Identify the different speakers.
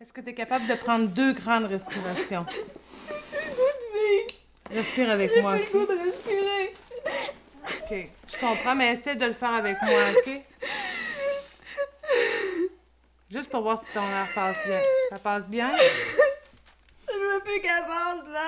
Speaker 1: Est-ce que tu es capable de prendre deux grandes respirations? Respire avec moi,
Speaker 2: J'ai
Speaker 1: ok?
Speaker 2: le goût de respirer.
Speaker 1: Ok. Je comprends, mais essaie de le faire avec moi, ok? Juste pour voir si ton air passe bien. Ça passe bien?
Speaker 2: Je veux plus qu'elle passe, là.